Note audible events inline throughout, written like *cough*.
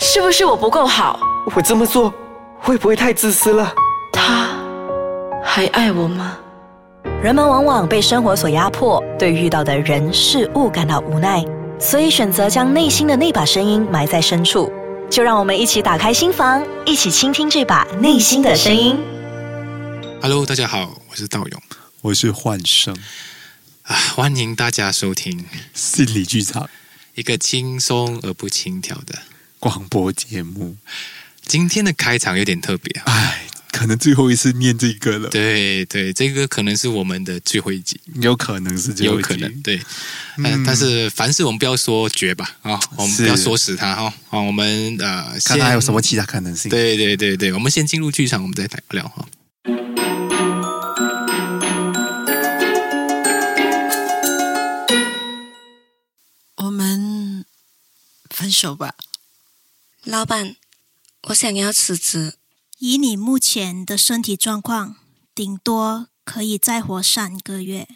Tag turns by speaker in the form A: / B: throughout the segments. A: 是不是我不够好？
B: 我这么做会不会太自私了？
A: 他还爱我吗？
C: 人们往往被生活所压迫，对遇到的人事物感到无奈，所以选择将内心的那把声音埋在深处。就让我们一起打开心房，一起倾听这把内心的声音。
D: Hello，大家好，我是道勇
E: 我是幻生，
D: 啊，欢迎大家收听
E: 心理剧场
D: 一个轻松而不轻佻的。
E: 广播节目。
D: 今天的开场有点特别啊，
E: 哎，可能最后一次念这个了，
D: 对对，这个可能是我们的最后一集，
E: 有可能是最后
D: 有
E: 一集
D: 可能对，嗯、但是凡事我们不要说绝吧，啊、我们不
E: 是
D: 要说死它哈，啊、我们呃，
E: 看看还有什
D: 么？
E: 么其他可能性。
D: 对对对对，我们先进入剧场，我们再聊哦哈。
F: 我们分手吧。
G: 老板，我想要辞职。
H: 以你目前的身体状况，顶多可以再活三个月。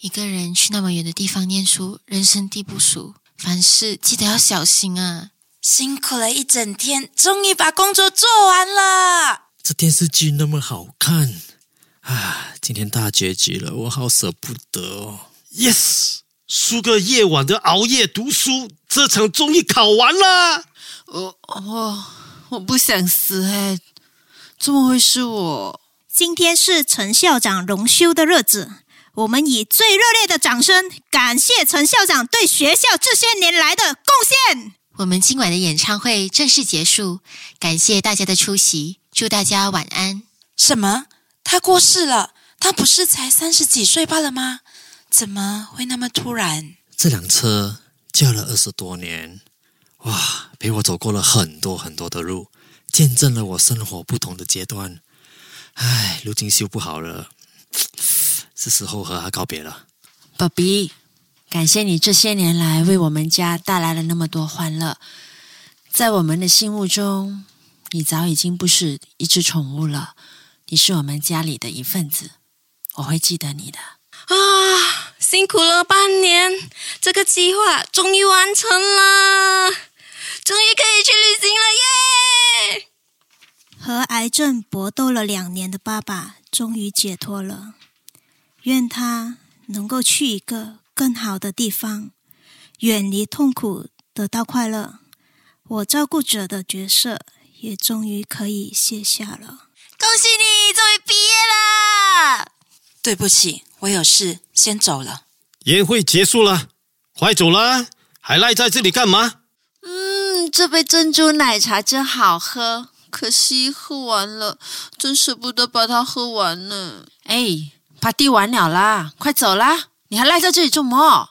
I: 一个人去那么远的地方念书，人生地不熟，凡事记得要小心啊！
J: 辛苦了一整天，终于把工作做完了。
K: 这电视剧那么好看啊！今天大结局了，我好舍不得哦。
L: Yes，输个夜晚的熬夜读书，这场终于考完啦！
F: 我我我不想死哎、怎么会是我？
H: 今天是陈校长荣休的日子，我们以最热烈的掌声感谢陈校长对学校这些年来的贡献。
I: 我们今晚的演唱会正式结束，感谢大家的出席，祝大家晚安。
J: 什么？他过世了？他不是才三十几岁罢了吗？怎么会那么突然？
K: 这辆车驾了二十多年，哇，陪我走过了很多很多的路，见证了我生活不同的阶段。唉，如今修不好了，是时候和他告别了。
F: 爸比，
J: 感谢你这些年来为我们家带来了那么多欢乐，在我们的心目中，你早已经不是一只宠物了，你是我们家里的一份子，我会记得你的。
G: 啊，辛苦了半年，这个计划终于完成了，终于可以去旅行了耶！
H: 和癌症搏斗了两年的爸爸终于解脱了，愿他能够去一个更好的地方，远离痛苦，得到快乐。我照顾者的角色也终于可以卸下了。
J: 恭喜你终于毕业啦！对不起，我有事先走了。
L: 宴会结束了，快走啦，还赖在这里干嘛？
F: 嗯，这杯珍珠奶茶真好喝，可惜喝完了，真舍不得把它喝完呢。
J: 哎，party 完了啦，快走啦！你还赖在这里做么？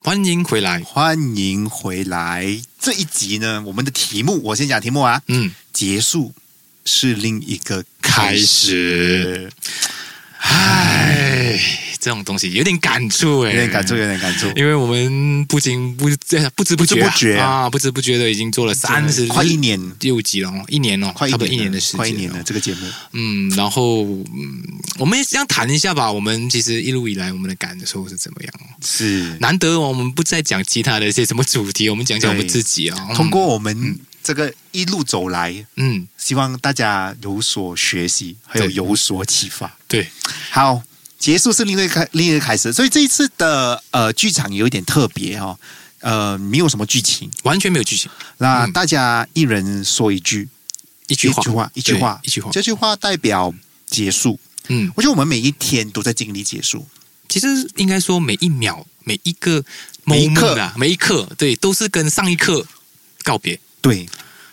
D: 欢迎回来，
E: 欢迎回来。这一集呢，我们的题目，我先讲题目啊。
D: 嗯，
E: 结束是另一个开
D: 开
E: 始，
D: 始，唉，这种东西有点感触哎，
E: 有点感触，有点感触。
D: *laughs* 因为我们不仅不不知不觉、啊、
E: 不知不觉啊
D: 啊，不知不觉的已经做了三十
E: 快一年，
D: 六集了哦，一年哦，
E: 快一
D: 差不
E: 年
D: 多一
E: 了，
D: 年的时间，
E: 快一年了。这个节目。
D: 嗯，然后嗯，我们也这样谈一下吧。我们其实一路以来我们的感受是怎么样哦？
E: 是
D: 难得哦我们不再讲其他的一些什么主题，我们讲讲我们
E: 对
D: 自己啊、
E: *laughs* 通过我们这个一路走来，
D: 嗯，
E: 希望大家有所学习，还有
D: 对
E: 有所启发。
D: 对，
E: 好，结束是另一个开另一个开始，所以这一次的呃剧场有一点特别哦，呃，没有什么剧情，
D: 完全没有剧情，
E: 那
D: 嗯
E: 大家一人说一句，
D: 一句话，
E: 一句话，
D: 对
E: 一句话，
D: 一句话。
E: 这句话代表结束。
D: 嗯，
E: 我觉得我们每一天都在经历结束，
D: 其实应该说每一秒、每一个
E: 每一
D: moment
E: 刻
D: 啊，每一刻，对，都是跟上一刻告别。
E: 对，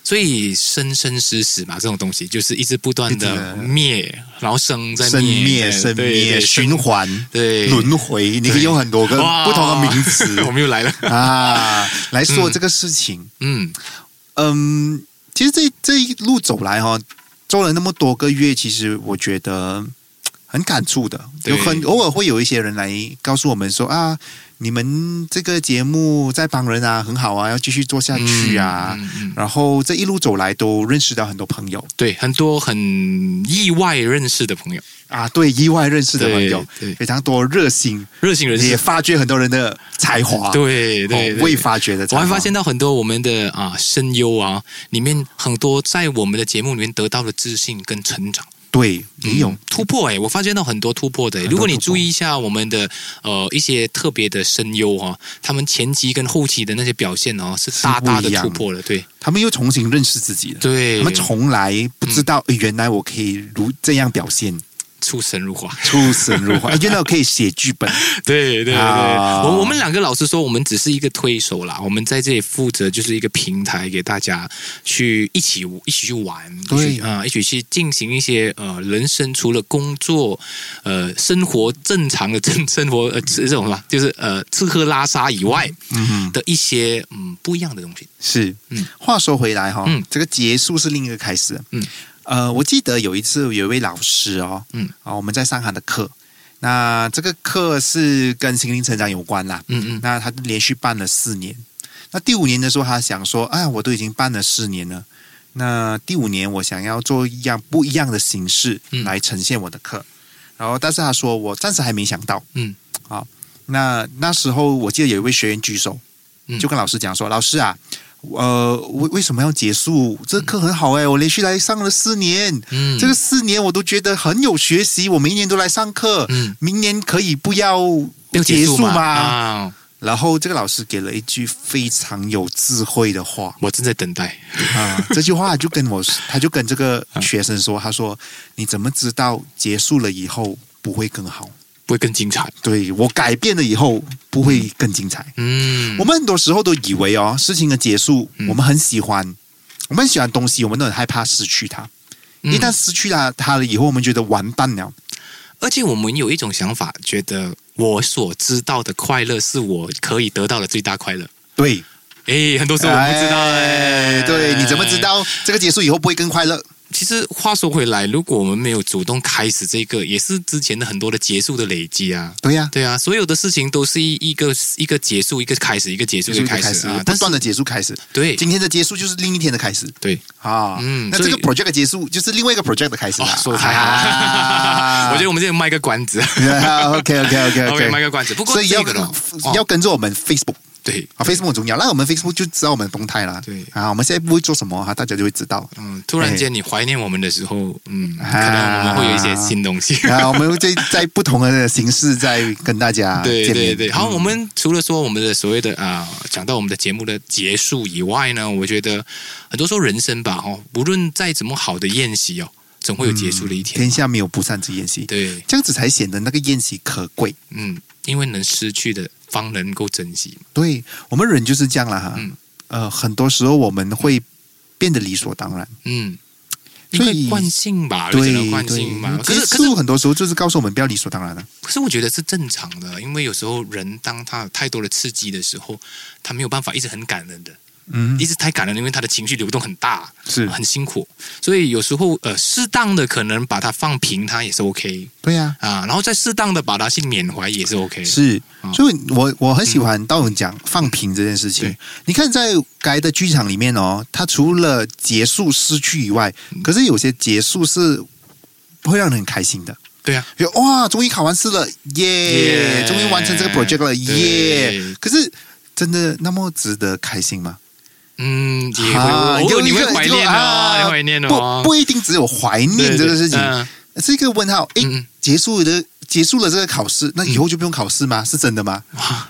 D: 所以生生死死嘛，这种东西就是一直不断
E: 一直
D: 的
E: 的
D: 灭，然后生再
E: 生灭、
D: 灭、
E: 生
D: 对
E: 灭、
D: 对
E: 循环、
D: 对
E: 轮回，你可以用很多个
D: 哇
E: 不同的名词
D: *laughs* 我们又来了。
E: 啊来说
D: 嗯
E: 这个事情。
D: 嗯，
E: 嗯，其实这这一路走来哈、哦，做了那么多个月，其实我觉得嗯很感触的。
D: 对
E: 有很偶尔会有一些人来告诉我们说啊，你们这个节目在帮人啊，很好啊，要继续做下去啊。
D: 嗯
E: 然后这一路走来都认识到很多朋友
D: 对，很多很意外认识的朋友，
E: 啊，对，意外认识的朋友
D: 对对，
E: 非常多热心，
D: 热心人士
E: 也发掘很多人的才华，
D: 对对对
E: 哦未发掘的才
D: 我
E: 华。
D: 还发现到很多我们的啊声优啊，里面很多在我们的节目里面得到的自信跟成长。
E: 对，也有、
D: 嗯突破哎、我发现到很多突破的、诶欸
E: 很多
D: 如果你
E: 突破
D: 注意一下我们的呃一些特别的声优哈，他们前期跟后期的那些表现哦，是大大的
E: 是不一样
D: 突破了。对
E: 他们又重新认识自己了。
D: 对，
E: 他们从来不知道，诶原来我可以如这样表现，
D: 出神入化。
E: 出神入 *laughs* 化。诶原来我可以写剧本，
D: 对对对，
E: 啊
D: 我我们两个老师说，我们只是一个推手啦，我们在这里负责就是一个平台，给大家去一起一起去玩，
E: 对
D: 一起啊、一起去进行一些呃人生除了工作呃生活正常的正 *laughs* 生活呃这种吧，就是呃吃喝拉撒以外
E: 嗯哼，
D: 的一些嗯不一样的东西。
E: 是。
D: 嗯
E: 话说回来哈、
D: 嗯
E: 这个结束是另一个开始。
D: 嗯，
E: 呃，我记得有一次有一位老师哦，
D: 嗯
E: 啊，我们在上他的课，那这个课是跟心灵成长有关啦。
D: 嗯嗯
E: 那他连续办了四年，那第五年的时候，他想说，啊，我都已经办了四年了，那第五年我想要做一样不一样的形式
D: 嗯
E: 来呈现我的课，然后但是他说我暂时还没想到，
D: 嗯，
E: 好，那那时候我记得有一位学员举手
D: 嗯，
E: 就跟老师讲说，老师啊。呃，为为什么要结束？这课很好哎、我连续来上了四年，
D: 嗯
E: 这个四年我都觉得很有学习，我每一年都来上课，
D: 嗯
E: 明年可以不要
D: 要结
E: 束
D: 嘛
E: 吗？
D: 啊，
E: 然后这个老师给了一句非常有智慧的话
D: 我正在等待。
E: 啊，这句话就跟我，他就跟这个学生说，他说：“你怎么知道结束了以后不会更好？
D: 不会更精彩，
E: 对我改变了以后不会更精彩。
D: 嗯，
E: 我们很多时候都以为哦，事情的结束，我们很喜欢，我们很喜欢东西，我们都很害怕失去它。
D: 嗯
E: 一旦失去了它了以后，我们觉得完蛋了。
D: 而且我们有一种想法，觉得我所知道的快乐是我可以得到的最大快乐。
E: 对，
D: 哎，很多时候我们不知道哎，
E: 对，你怎么知？道这个结束以后不会更快乐？
D: 其实话说回来，如果我们没有主动开始这个，也是之前的很多的结束的累积啊。
E: 对呀、
D: 对啊，所有的事情都是一一个一个结束，一个开始，一个结束，
E: 就
D: 一个
E: 是一个
D: 开
E: 开
D: 始
E: 始
D: 啊。，
E: 不
D: 但是
E: 断的结束开始。
D: 对
E: 今天的结束就是另一天的开始
D: 对，
E: 啊。
D: 嗯
E: 那这个
D: 所以
E: project 的结束就是另外一个 project 的开始啊
D: 哦
E: 了。，
D: 说的太好了， *laughs* 我觉得我们这里卖个关子。 *laughs*
E: *laughs* OK OK OK
D: OK，卖个关子。不过
E: 啊所以要
D: 这个
E: 跟
D: 呢
E: 要
D: 哦
E: 跟着我们 Facebook
D: 对，
E: 啊，Facebook 很重要，那我们 Facebook 就知道我们动态啦。
D: 对
E: 啊，我们现在不会做什么啊，大家就会知道。 *laughs*
D: 嗯，突
E: 哎
D: 然间你怀念我们的时候，嗯，可能我们会有一些新东西。
E: 啊，我们会在在不同的形式在跟大家
D: 对
E: 见
D: 对
E: 面。
D: 对，好，
E: 嗯
D: 我们除了说我们的所谓的啊、讲到我们的节目的结束以外呢，我觉得很多时候人生吧，哦，无论再怎么好的宴席哦，总会有结束的一天。
E: 天下没有不散之宴席，
D: 对，
E: 这样子才显得那个宴席可贵。
D: 嗯，因为能失去的方能够珍惜嘛。
E: 对我们人就是这样了哈。
D: 嗯
E: 呃，很多时候我们会变得理所当然。
D: 嗯，因
E: 所
D: 为
E: 以
D: 惯性吧，有
E: 对
D: 些啊人
E: 对，嗯
D: 的惯性嘛。可
E: 结
D: 是可是
E: 束很多时候就是告诉我们不要理所当然啊了。
D: 可是我觉得是正常的，因为有时候人当他有太多的刺激的时候，他没有办法一直很感人的，
E: 嗯
D: 一，直太感人，因为他的情绪流动很大，
E: 是
D: 很辛苦，所以有时候呃，适当的可能把它放平，它也是 OK
E: 对呀、
D: 啊，然后再适当的把它去缅怀也是 OK。
E: 是
D: 啊。
E: 所以我我很喜欢道勇讲放平这件事情
D: 嗯对。
E: 你看在该的剧场里面哦，它除了结束失去以外，
D: 嗯
E: 可是有些结束是会让人很开心的。
D: 对啊，
E: 就哇，终于考完试了，耶！
D: 耶
E: 终于完成这个 project 了，耶
D: 对！
E: 可是真的那么值得开心吗？
D: 嗯，也会、
E: 啊
D: 偶
E: 有
D: 尔你
E: 一
D: 会
E: 个
D: 怀
E: 有
D: 念哦，
E: 啊
D: 你会怀念哦，
E: 不不一定只有怀念
D: 对
E: 这个事情，
D: 对嗯
E: 是一个问号。诶，
D: 嗯嗯
E: 结束了，结束了这个考试，那以后就不用考试吗？是真的吗？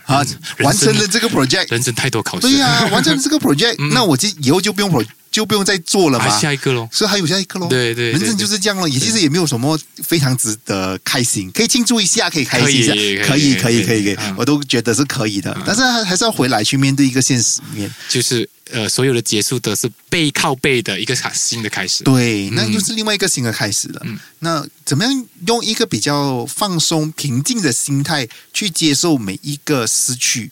E: 啊，
D: 人
E: 完成
D: 生
E: 了这个 project，
D: 人生太多考试，
E: 对呀、
D: *laughs*
E: 完成了这个 project，
D: 嗯
E: 那我就以后就不用 pro 就不用再做了
D: 啊，
E: 嘛。
D: 下一个喽。
E: 所以还有下一个喽，
D: 对对对
E: 人生就是这样咯，也其实也没有什么非常值得开心，可以庆祝一下，可以开心一下
D: 可以，
E: 可以可
D: 可
E: 以
D: 以
E: 可以可
D: 可
E: 以
D: 以嗯，
E: 我都觉得是可以的，但是还是要回来去面对一个现实面。
D: 就是呃，所有的结束都是背靠背的一个新的开始。
E: 对，
D: 嗯
E: 那又是另外一个新的开始了。
D: 嗯
E: 那怎么样用一个比较放松、平静的心态去接受每一个失去，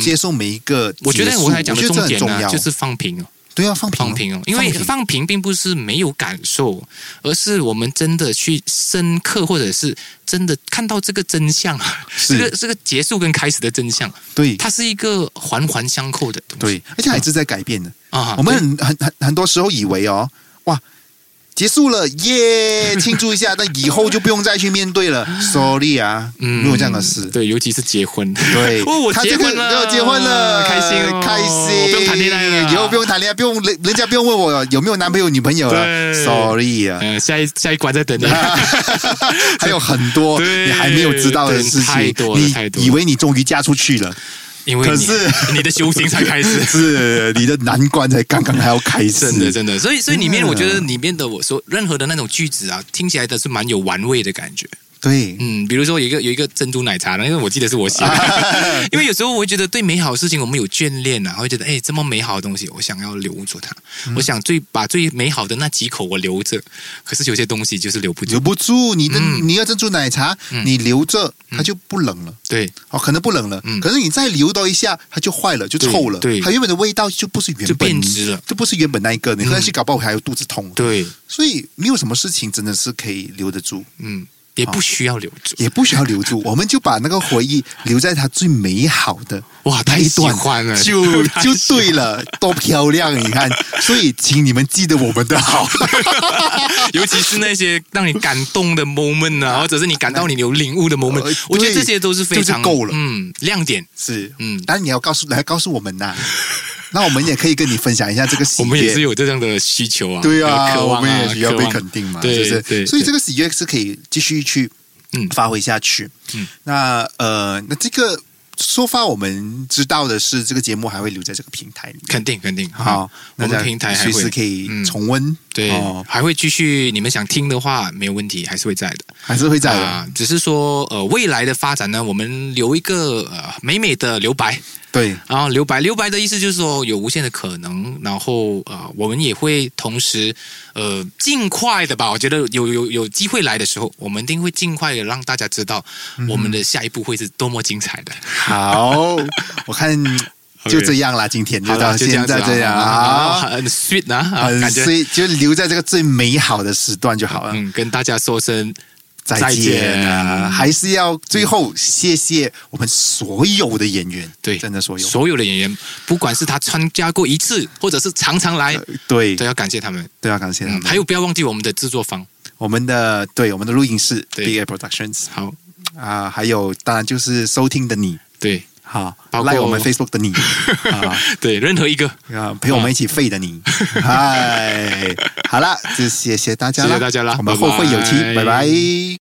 D: 嗯
E: 接受每一个结束？
D: 我觉得我才讲的
E: 我觉得这
D: 重
E: 很
D: 点
E: 重
D: 呢、
E: 要，
D: 就是放平哦，
E: 对啊，放平、哦，
D: 放平哦，因为放平并不是没有感受，而是我们真的去深刻，或者是真的看到这个真相，啊这个这个结束跟开始的真相，
E: 对，
D: 它是一个环环相扣的东西，
E: 对，而且还是在改变的
D: 啊。
E: 我们很很很很多时候以为哦，哇，结束了耶，庆祝
D: *laughs*
E: 一下，但以后就不用再去面对了。Sorry 啊，嗯，没有这样的事，
D: 对，尤其是结婚， *laughs*
E: 对，啊
D: 哦，我结婚了，
E: 结婚了，
D: 开心哦
E: 开心，
D: 不用谈恋爱了，
E: 以后不用谈恋爱，不用人人家不用问我有没有男朋友女朋友了。Sorry 啊， *laughs*
D: 嗯，下一下一关再等你，
E: 还有很多你还没有知道的事情，
D: 太多了，太多，
E: 以为你终于嫁出去了。
D: 因为
E: 可是
D: *laughs* 你的修行才开
E: *laughs*
D: 始，
E: 是你的难关才刚刚还要开始，
D: 真的真的。所以所以里
E: 嗯
D: 面我觉得里面的我说任何的那种句子啊，听起来的是蛮有玩味的感觉。
E: 对，
D: 嗯，比如说有一个有一个珍珠奶茶，因为我记得是我写
E: *laughs*
D: 的，因为有时候我会觉得对美好的事情我们有眷恋啊，会觉得哎这么美好的东西，我想要留住它，嗯、我想最把最美好的那几口我留着，可是有些东西就是留不住，
E: 留不住你的、嗯、你要珍珠奶茶，嗯、你留着它就不冷了，
D: 对，
E: 哦可能不冷了，可是你再留到一下它就坏了，就臭了，
D: 嗯对，对
E: 它原本的味道就不是原本，就
D: 变质了，嗯
E: 就不是原本那一个，你喝下去搞不好还有肚子痛，
D: 对，
E: 所以没有什么事情真的是可以留得住，
D: 嗯。也不需要留住，
E: 也不需要留住，我们就把那个回忆留在它最美好的
D: 哇，
E: 哦那
D: 一
E: 段
D: 了，
E: 就就对了，多漂亮！你看，所以请你们记得我们的
D: *laughs*
E: 好，
D: *laughs* 尤其是那些让你感动的 moment
E: *laughs*
D: 啊，或者是你感到你有领悟的 moment，我
E: 呃
D: 觉得这些都是非常
E: 够了，
D: 嗯，亮点
E: 是，嗯，但是你要告诉来告诉我们呐。那我们也可以跟你分享一下这个喜
D: 悦，我们也是有这样的需求啊，
E: 对
D: 啊，渴望
E: 啊我们也需要被肯定嘛，
D: 对
E: 是不
D: 是？
E: 所以这个喜悦是可以继续去嗯发挥下去。嗯，那呃，那这个说法我们知道的是，这个节目还会留在这个平台里，
D: 肯定肯定
E: 好，
D: 嗯我们平台嗯
E: 随时可以重温，哦
D: 对，哦还会继续。你们想听的话，没有问题，还是会在的，
E: 还是会在
D: 的。只是说呃，未来的发展呢，我们留一个呃美美的留白。
E: 对，
D: 然后留白，留白的意思就是说有无限的可能，然后呃，我们也会同时呃尽快的吧，我觉得有有有机会来的时候，我们一定会尽快的让大家知道我们的下一步会是多么精彩的。
E: 好， *laughs* 我看。就这样啦，今天就到现在这样啊，
D: 很 sweet 啊，
E: 很 sweet，就留在这个最美好的时段就好了。
D: 嗯，跟大家说声。
E: 再见啊！还是要最后谢谢我们所有的演员，
D: 对，
E: 真的所有
D: 所有的演员，不管是他参加过一次，或者是常常来，
E: 对，
D: 都要感谢他们，
E: 都要感谢他们。
D: 嗯还有不要忘记我们的制作方，
E: 我们的对我们的录音室 Big A Productions，
D: 好
E: 啊，还有当然就是收听的你，
D: 对，
E: 好，包括我们 Facebook
D: *laughs*
E: 的你，
D: 对，任何一个
E: 啊陪我们一起废的你，嗨，好了，就谢谢大家，
D: 嗯谢谢大家啦，
E: 我们后会有期，拜拜。